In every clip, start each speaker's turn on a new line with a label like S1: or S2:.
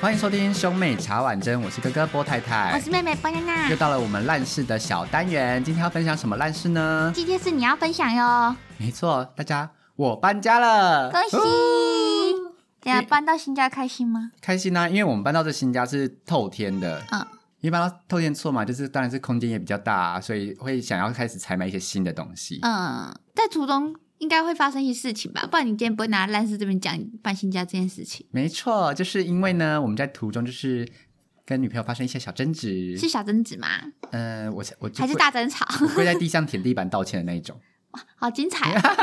S1: 欢迎收听兄妹茶碗蒸，我是哥哥波太
S2: 我
S1: 太。
S2: 是妹妹波娜娜
S1: 又。到了我们烂事的小单元，今天要分享什么烂事呢？
S2: 今天是你要分享哟，
S1: 没错，大家我搬家了，
S2: 恭喜！对啊，搬到新家开心吗？
S1: 开心啊！因为我们搬到这新家是透天的，
S2: 嗯，
S1: 因为搬到透天厝嘛，就是当然是空间也比较大、啊，所以会想要开始采买一些新的东西。
S2: 嗯，在途中应该会发生一些事情吧，不然你今天不会拿烂事这边讲搬新家这件事情。
S1: 没错，就是因为呢，我们在途中就是跟女朋友发生一些小争执
S2: 是，小争执吗？
S1: 嗯、我我就
S2: 还是
S1: 跪
S2: 大争吵？
S1: 我跪在地上舔地板道歉的那一种。
S2: 好精彩、啊！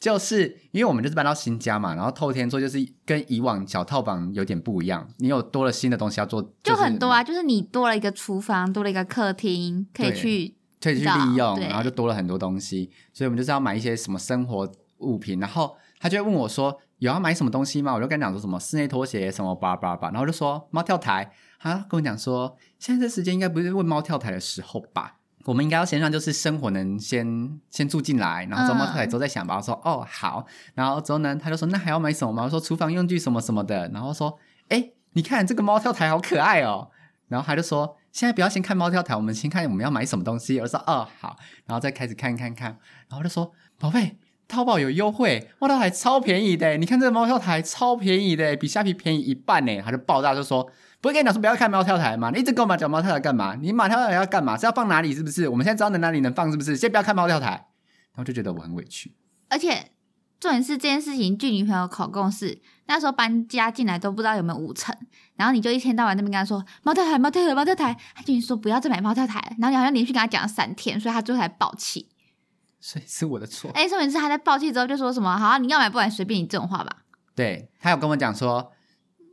S1: 就是因为我们就是搬到新家嘛，然后透天做就是跟以往小套房有点不一样，你有多了新的东西要做，
S2: 就是很多啊，就是你多了一个厨房，多了一个客厅，可以
S1: 对
S2: 去
S1: 可以去利用，
S2: 对
S1: 然后就多了很多东西，所以我们就是要买一些什么生活物品，然后他就会问我说有要买什么东西吗？我就跟他讲说什么室内拖鞋什么叭叭叭，然后我就说猫跳台，他跟我讲说现在这时间应该不是问猫跳台的时候吧。我们应该要先让就是生活能先先住进来，然后之后猫跳台之后再想吧。我说哦好，然后之后呢他就说那还要买什么吗？我说厨房用具什么什么的，然后说哎你看这个猫跳台好可爱哦，然后他就说：“现在不要先看猫跳台，我们先看我们要买什么东西。”我说：“哦，好。”然后再开始看看看，然后就说：“宝贝，淘宝有优惠，猫跳台超便宜的，你看这个猫跳台超便宜的，比虾皮便宜一半呢。”他就爆炸就说：“不会跟你讲说不要看猫跳台吗？你一直跟我们讲猫跳台干嘛？你猫跳台要干嘛？是要放哪里？是不是？我们现在知道能哪里能放，是不是？先不要看猫跳台。” 然后就觉得我很委屈。
S2: 而且重点是这件事情，据女朋友口供是那时候搬家进来都不知道有没有五层，然后你就一天到晚那边跟他说猫跳台、猫跳台、猫跳台，他就已经说不要再买猫跳台了，然后你好像连续跟他讲了三天，所以他最后才爆气。
S1: 所以是我的错。
S2: 哎，重点是他在爆气之后就说什么好、啊你要买不买随便你这种话吧。
S1: 对他有跟我讲说，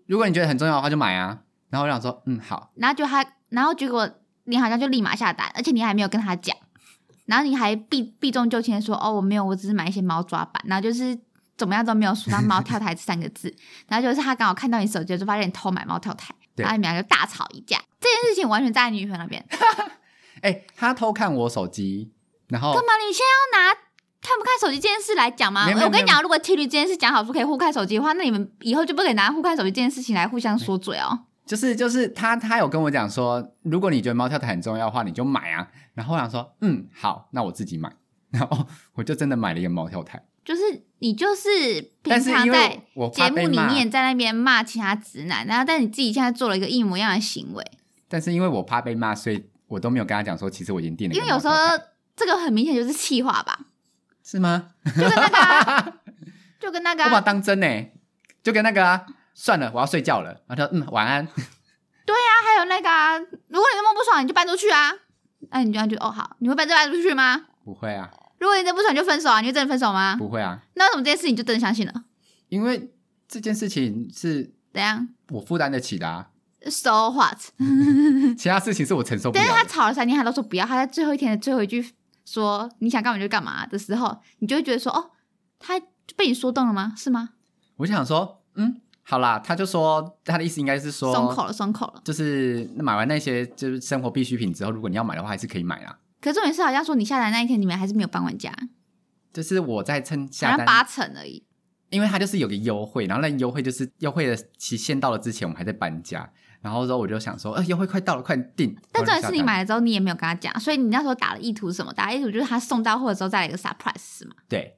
S1: 如果你觉得很重要的话就买啊。然后我想说，嗯，好，
S2: 然后就他，然后结果你好像就立马下单，而且你还没有跟他讲，然后你还避避重就轻的说哦我没有，我只是买一些猫抓板，然后就是怎么样都没有数到猫跳台这三个字，然后就是他刚好看到你手机，就发现你偷买猫跳台，
S1: 对
S2: 然后你们俩就大吵一架。这件事情完全站在你女朋友那边，干
S1: 哎、他偷看我手机，然后
S2: 嘛？你现在要拿看不看手机这件事来讲吗？
S1: 没有没有
S2: 我跟你讲，如果情侣这件事讲好说可以互看手机的话，那你们以后就不可以拿互看手机这件事情来互相说嘴哦。
S1: 就是就是他他有跟我讲说，如果你觉得猫跳台很重要的话，你就买啊。然后我想说，嗯，好，那我自己买。然后我就真的买了一个猫跳台，
S2: 就是你就是平
S1: 但是
S2: 常
S1: 因
S2: 在
S1: 为我
S2: 节
S1: 怕
S2: 目
S1: 被
S2: 里
S1: 骂，
S2: 面在那边骂其他直男，然后但你自己现在做了一个一模一样的行为，
S1: 但是因为我怕被骂，所以我都没有跟他讲说，其实我已经订了一
S2: 因
S1: 个
S2: 为
S1: 猫
S2: 有时
S1: 跳
S2: 候
S1: 台。
S2: 这个很明显就是气话吧，
S1: 是吗？
S2: 就跟那个啊、 就跟那个
S1: 我把它
S2: 啊、
S1: 当真呢、就跟那个啊，算了，我要睡觉了。然后他说，嗯，晚安。
S2: 啊，还有那个啊，如果你那么不爽，你就搬出去啊，那你就要去哦好，你会搬这搬出去吗？
S1: 不会啊，
S2: 如果你真的不爽你就分手啊，你会真的分手吗？
S1: 不会啊，
S2: 那为什么这件事你就真的相信了？
S1: 因为这件事情是
S2: 怎样
S1: 我负担得起的、啊，
S2: ？So what？
S1: 其他事情是我承受不
S2: 但
S1: 了
S2: 是嗯啊他
S1: 的。
S2: 吵了三天，他都说不要。他在最后一天的最后一句说“你想干嘛就干嘛”的时候，你就会觉得说：“哦，他被你说动了吗？是吗？
S1: 我就想说，嗯，好啦，他就说他的意思应该是说，
S2: 松口了，松口了。
S1: 就是买完那些就是生活必需品之后，如果你要买的话，还是可以买啦。”
S2: 可是重点是，好像说你下单那一天，你们还是没有搬完家，
S1: 就是我在趁
S2: 好
S1: 下
S2: 像
S1: 单，
S2: 八成而已。
S1: 因为它就是有个优惠，然后那优惠就是优惠的期限到了之前，我们还在搬家，然后之后我就想说，呃，优惠快到了，快订。
S2: 但
S1: 然
S2: 重
S1: 后就哦下
S2: 点是
S1: 单
S2: 你买了之后，你也没有跟他讲，所以你那时候打了意图是什么？打了意图就是他送到货之后再来一个 surprise 是 吗？
S1: 对，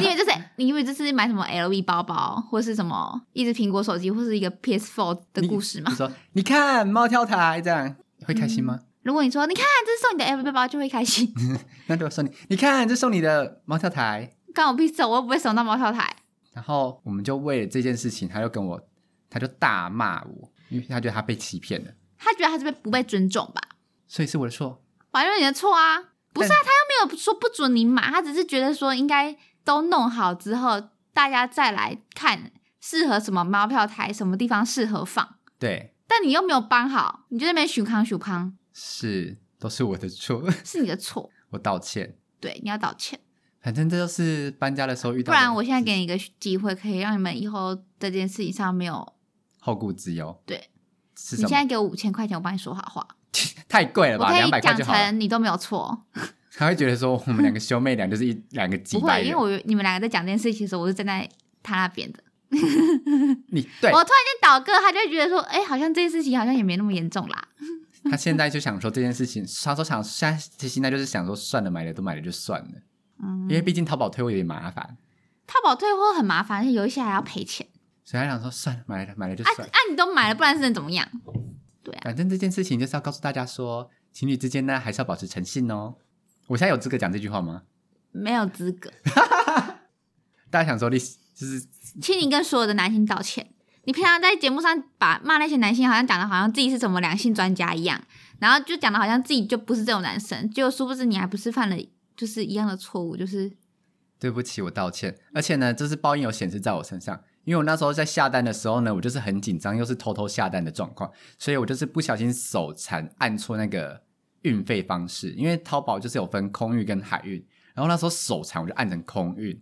S2: 你以为这是你以为这是买什么 LV 包包，或是什么一只苹果手机，或是一个 PS4 的故事吗
S1: 你？说你看猫跳台这样会开心吗？
S2: 如果你说你看这是送你的 LV 包包，就会开心。
S1: 那如果说你你看这送你的猫跳台，
S2: 关我屁事，我又不会送到猫跳台。
S1: 然后我们就为了这件事情，他就跟我他就大骂我，因为他觉得他被欺骗了，
S2: 他觉得他是被不被尊重吧？
S1: 所以是我的错。
S2: 反正你的错啊，不
S1: 但，
S2: 是啊他又没有说不准你买，他只是觉得说应该都弄好之后，大家再来看适合什么猫票台，什么地方适合放。
S1: 对，
S2: 但你又没有帮好，你就在那边许康许康，
S1: 是都是我的错，
S2: 是你的错，
S1: 我道歉。
S2: 对，你要道歉。不
S1: 反正这就是搬家的时候遇到
S2: 不
S1: 的
S2: 然我现在给你一个机会，可以让你们以后这件事情上没有。
S1: 后顾之忧。
S2: 对，
S1: 是
S2: 你
S1: 什
S2: 现
S1: 么？
S2: 在给我五千块钱，我帮你说好话，
S1: 太贵了
S2: 我
S1: 吧，
S2: 可
S1: 两
S2: 以
S1: 百块
S2: 讲
S1: 就好了。
S2: 成你都没有错，
S1: 他会觉得说 我们两个兄妹俩就是一两个几
S2: 不
S1: 百
S2: 会，
S1: 人，
S2: 因为我你们两个在讲这件事情的时候，我是站在他那边的。
S1: 你对
S2: 我突然间倒戈，他就觉得说，哎、好像这件事情好像也没那么严重啦。
S1: 他现在就想说这件事情，他说想现在现在就是想说算了，买了都买了就算了，
S2: 嗯
S1: 因，为毕竟淘宝退货有点麻烦，
S2: 淘宝退货很麻烦，而且有一些还要 赔钱。
S1: 所以他想说算了，买了买了就
S2: 啊
S1: 算了。
S2: 啊，你都买了，不然是能怎么样？
S1: 反正这件事情就是要告诉大家说，情侣之间呢还是要保持诚信哦。我现在有资格讲这句话吗？
S2: 没有资 格。
S1: 大家想说你就是
S2: 请你跟所有的男性道歉。你平常在节目上把骂那些男性，好像讲的好像自己是什么两性专家一样，然后就讲的好像自己就不是这种男生，结果殊不知你还不是犯了就是一样的错误，就是
S1: 对不起，我道歉。而且呢，这是报应有显示在我身上，因为我那时候在下单的时候呢，我就是很紧张，又是偷偷下单的状况，所以我就是不小心手残按错那个运费方式，因为淘宝就是有分空运跟海运，然后那时候手残我就按成空运，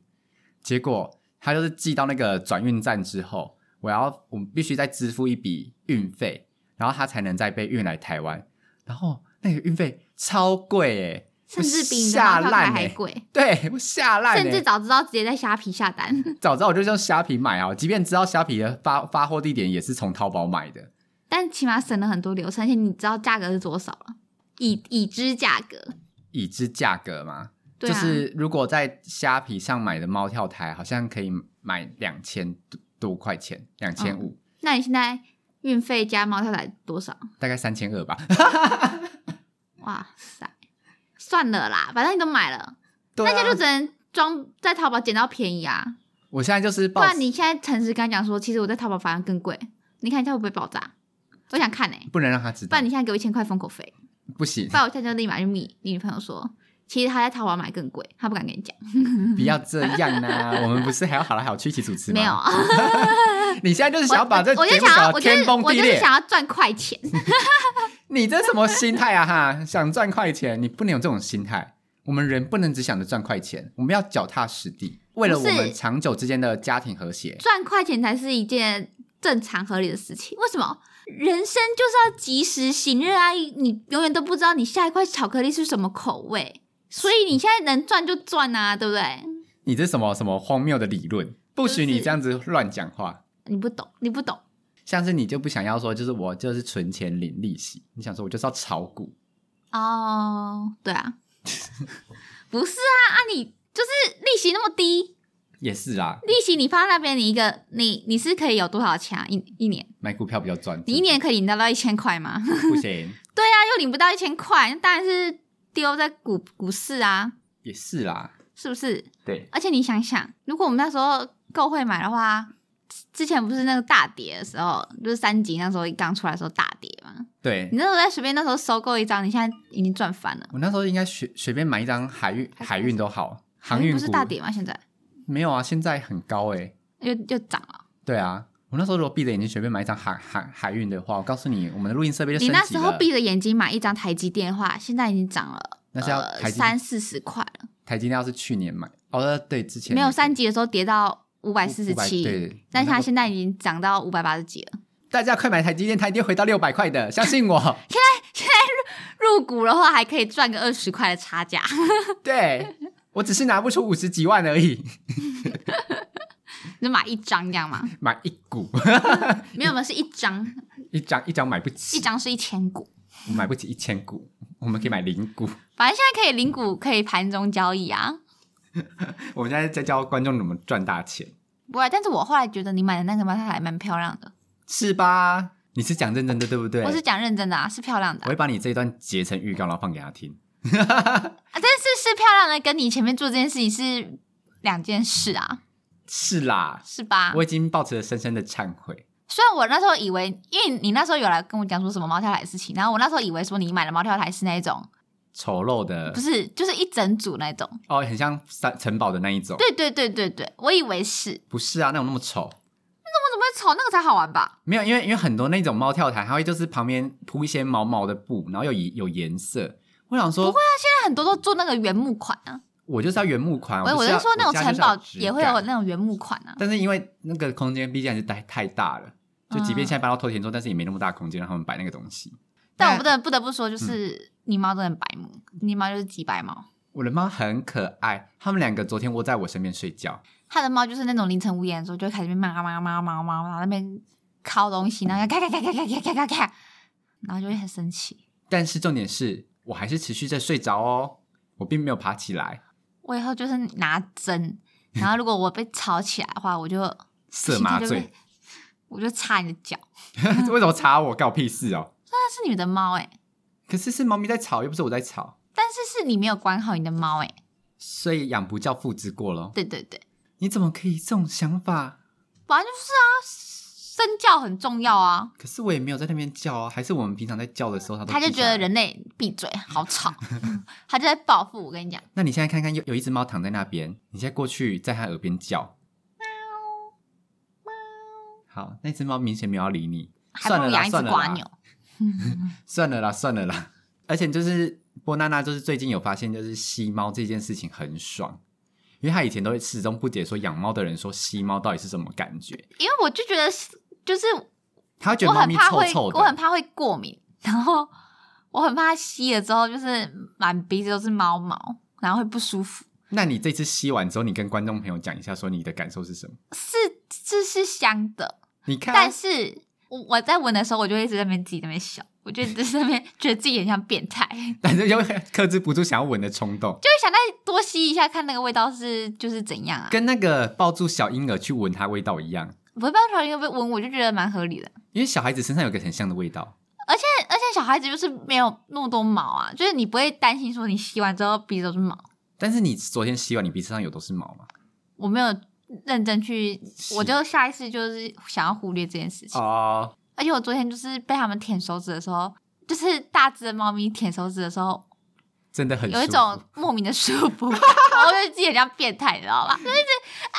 S1: 结果他就是寄到那个转运站之后，我要我们必须再支付一笔运费，然后他才能再被运来台湾，然后那个运费超贵耶、
S2: 甚至比你的
S1: 下
S2: 拉票
S1: 烂
S2: 台
S1: 欸
S2: 还贵，
S1: 对我吓烂、欸，
S2: 甚至早知道直接在虾皮下单。
S1: 早知道我就用虾皮买啊，即便知道虾皮的发发货地点也是从淘宝买的，
S2: 但起码省了很多流程，而且你知道价格是多少了，已已知价格。
S1: 已知价格嘛，
S2: 对
S1: 就
S2: 啊，
S1: 是如果在虾皮上买的猫跳台，好像可以买两千多块钱，两千五，
S2: 那你现在运费加猫跳台多少？
S1: 大概三千二 吧。
S2: 哇塞，算了啦，反正你都买了，
S1: 对
S2: 那就
S1: 啊
S2: 只，能装在淘宝捡到便宜啊，
S1: 我现在就是
S2: 不
S1: 抱
S2: 然你现在诚实跟他讲说，其实我在淘宝反而更贵，你看一下会不会爆炸？我想看呢、欸
S1: 不能让他知
S2: 不
S1: 道
S2: 然，你现在给我一千块封口费，
S1: 不行
S2: 不，然我现在就立马就密你女朋友说，其实她在淘宝买更贵，她不敢跟你讲，
S1: 不要这样啊！我们不是还要好来好去一起主持吗？
S2: 没有，，
S1: 你现在就是想要把这
S2: 我
S1: 个
S2: 我
S1: 节
S2: 就
S1: 目
S2: 想要，
S1: 搞得
S2: 我就
S1: 天
S2: 是
S1: 崩
S2: 我
S1: 地
S2: 就是
S1: 裂，
S2: 想要赚快钱，
S1: 你这什么心态啊？哈， 想赚快钱，你不能有这种心态。我们人不能只想着赚快钱，我们要脚踏实地，为了我
S2: 不是
S1: 们长久之间的家庭和谐。
S2: 赚快钱才是一件正常合理的事情，为什么？人生就是要及时行乐啊！你永远都不知道你下一块巧克力是什么口味，所以你现在能赚就赚啊，对不对？
S1: 你这什么什么荒谬的理论？不许你这样子乱讲话。
S2: 你不懂，你不懂，
S1: 像是你就不想要说，就是我就是存钱领利息，你想说我就是要炒股，
S2: 哦，对啊，不是啊啊你，就是利息那么低，
S1: 也是啦，
S2: 利息你放在那边，你一个你你是可以有多少钱、啊、一一年？
S1: 买股票比较赚。
S2: 你一年可以领到到一千块吗？ 那
S1: 不行，
S2: 又领不到一千块，那当然是丢在股股市啊，
S1: 也是啦，
S2: 是不是？
S1: 对，
S2: 而且你想想，如果我们那时候够会买的话，之之前不是那个大跌的时候，就是三级那时候刚出来的时候大跌嘛，
S1: 对
S2: 你那时候在随便那时候收购一张，你现在已经赚翻了。
S1: 我那时候应该随随便买一张海运
S2: 还是
S1: 海运都好，航运
S2: 不是
S1: 股
S2: 大跌吗？现在
S1: 没有啊，现在很高哎、
S2: 又又涨了。
S1: 对啊，我那时候如果闭着眼睛随便买一张海海海运的话，我告诉你，我们的录音设备就升
S2: 你
S1: 级了。
S2: 那时候闭着眼睛买一张台积电的话，现在已经涨了，
S1: 那是要台
S2: 呃
S1: 积、
S2: 三四十块了，
S1: 台积电要是去年买，哦呃对，之前
S2: 没有三级的时候跌到五百四十
S1: 500
S2: 七，
S1: 对，
S2: 但是
S1: 那
S2: 它
S1: 个
S2: 现在已经涨到五百八十几了。
S1: 大家快买台积电，台积电回到六百块 的，相信我。
S2: 入股的话还可以赚个二十块的差价，
S1: 对我只是拿不出五十几万而已，
S2: 你就买一张这样吗？
S1: 买一股
S2: 没有没有，是一张，
S1: 一张一张买不
S2: 一
S1: 起，
S2: 张是一千股。
S1: 我买不起一千股，我们可以买零股。
S2: 反正现在可以零股，可以盘中交易啊。
S1: 我们现在在教观众怎么赚大钱，
S2: 不会，但是我后来觉得你买的那个猫跳还蛮漂亮的。
S1: 是吧？你是讲认真的对不对？
S2: 我是讲认真的啊，是漂亮的
S1: 我
S2: 啊、
S1: 会把你这一段截成预告，然后放给他听。
S2: 啊但是是漂亮的，跟你前面做这件事情是两件事啊，
S1: 是啦，
S2: 是吧？
S1: 我已经抱持了深深的忏悔。
S2: 虽然我那时候以为，因为你那时候有来跟我讲说什么猫跳台的事情，然后我那时候以为说你买的猫跳台是那一种，
S1: 丑陋的
S2: 不是，就是一整组那种。
S1: 哦，很像三城堡的那一种，
S2: 对对对对对，我以为是，我
S1: 不是啊，那种那么丑，
S2: 怎么会丑？那个才好玩吧？
S1: 没有，因为因为很多那种猫跳台，它会就是旁边铺一些毛毛的布，然后有颜有颜色。我想说，
S2: 现在很多都做那个原木款啊，
S1: 啊我就是要原木款，
S2: 我我
S1: 就是要
S2: 是说那种城堡也会，有
S1: 我家就是要质感
S2: 那种原木款啊。
S1: 但是因为那个空间毕竟还是太太大了，就即便现
S2: 嗯
S1: 在搬到头田中，但是也没那么大空间让他们摆那个东西。
S2: 但我不得不得不说，
S1: 嗯
S2: 就是你猫真的很白目，你猫就是几白猫。
S1: 我的猫很可爱，它们两个昨天窝在我身边睡觉，
S2: 他的猫就是那种凌晨五点的时候就会开始喵喵喵喵喵喵，然后那边敲东西，然后咔咔咔咔咔咔咔咔咔，然后就会很生气。
S1: 但是重点是我还是持续在睡着哦，我并没有爬起来，
S2: 我以后就是拿针，然后如果我被吵起来的话，我就
S1: 色麻，
S2: 心跳就会
S1: 醉。
S2: 我就插你的脚。
S1: 为什
S2: 嗯
S1: 么查我？干我屁事哦！
S2: 那是你的猫哎、
S1: 可是是猫咪在吵，又不是我在吵，
S2: 但是是你没有管好你的猫哎、
S1: 所以养不教父之过咯。
S2: 对对对，
S1: 你怎么可以这种想法？
S2: 反正就是啊，身教很重要啊。
S1: 可是我也没有在那边叫啊，还是我们平常在叫的时候，它都
S2: 他就
S1: 闭起
S2: 觉
S1: 来
S2: 得。人类闭嘴，好 吵，他就在报复我。跟你讲，
S1: 那你现在看看，有有一只猫躺在那边，你现在过去在它耳边叫，好，那只猫明显没有要理你，
S2: 还
S1: 算
S2: 不
S1: 了
S2: 如
S1: 啦，
S2: 养一只
S1: 算了
S2: 瓜
S1: 啦
S2: 牛。嗯
S1: 算了啦，算了啦。而且就是波娜娜，就是最近有发现，就是吸猫这件事情很爽，因为她以前都会始终不解说养猫的人说吸猫到底是什么感觉，
S2: 因为我就觉得是，就是
S1: 她会觉
S2: 我
S1: 得猫
S2: 很
S1: 咪
S2: 怕
S1: 臭
S2: 会，
S1: 臭
S2: 我很
S1: 的，
S2: 怕会过敏，然后我很怕吸了之后就是满鼻子都是猫毛，然后会不舒服。
S1: 那你这次吸完之后，你跟观众朋友讲一下，说你的感受是什么？
S2: 是，这是香的，
S1: 你看啊，
S2: 但是我我在闻的时候，我就一直在那边自己在那边笑，我就一直在那边觉得自己很像变态， 就
S1: 但是又克制不住想要闻的冲动，
S2: 会想再多吸一下，看那个味道是就是怎样啊。
S1: 跟那个抱住小婴儿去闻它味道一样，
S2: 我不知道小孩会不会闻，我就觉得蛮合理的。
S1: 因为小孩子身上有个很像的味道。
S2: 但而且小孩子就是没有那么多毛啊，就是你不会担心说你吸完之后鼻子都是毛。
S1: 但是你昨天吸完，你鼻子上有都是毛吗？
S2: 我没有认真去，
S1: 是
S2: 我就下意识就是想要忽略这件事情。
S1: 哦，
S2: 而且我昨天就是被他们舔手指的时候，就是大只的猫咪舔手指的时候，
S1: 真的很
S2: 有一
S1: 舒服
S2: 种莫名的舒服 感，然后我就自己很像变态，你知道吧？就一直啊，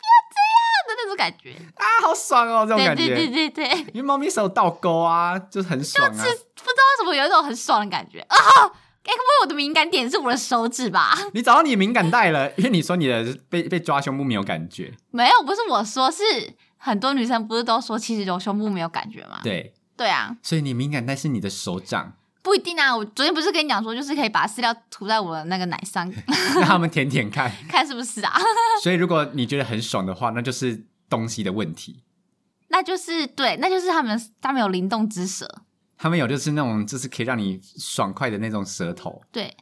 S2: 不要这样的那种感觉。
S1: 啊，好爽哦，这种
S2: 对
S1: 感觉。
S2: 对对对对，不知
S1: 因为猫咪手倒钩啊，就是很爽啊。
S2: 道为什么有一种很爽的感觉啊！哎、不会我的敏感点是我的手指吧？
S1: 你找到你的敏感带了，因为你说你的被被抓胸部没有感觉，
S2: 没有，不是我说，是很多女生不是都说其实有胸部没有感觉吗？
S1: 对，
S2: 对啊，
S1: 所以你敏感带是你的手 掌，
S2: 不一定啊，我昨天不是跟你讲说，就是可以把饲料涂在我的那个奶上，
S1: 让他们舔舔看。
S2: 看是不是啊？
S1: 所以如果你觉得很爽的话，那就是东西的问题。
S2: 那就是对，那就是他们他们有灵动之舌，
S1: 他们有就是那种就是可以让你爽快的那种舌头，
S2: 对。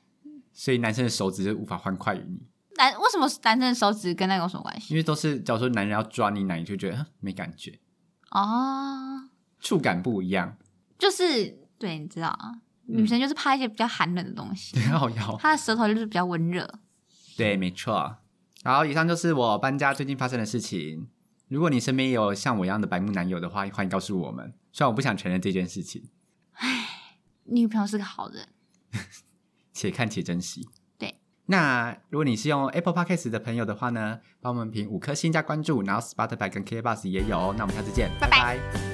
S1: 所以男生的手指是无法欢快于你，
S2: 男为什么男生的手指跟那个有什么关系？
S1: 因为都是假如说男人要抓你奶，你就觉得啊没感觉，
S2: 哦，
S1: 触感不一样，
S2: 就是对，你知道啊，女生就是怕一些比较寒冷的东西，
S1: 对，好摇。
S2: 她的舌头就是比较温热。
S1: 对，没错。好，以上就是我搬家最近发生的事情。如果你身边也有像我一样的白目男友的话，欢迎告诉我们。虽然我不想承认这件事情，
S2: 你女朋友是个好人，
S1: 且看且珍惜。
S2: 对，
S1: 那如果你是用 Apple Podcast 的朋友的话呢，帮我们评五颗星加关注，然后 Spotify 跟KBox 也有哦。那我们下次见，
S2: 拜拜
S1: 拜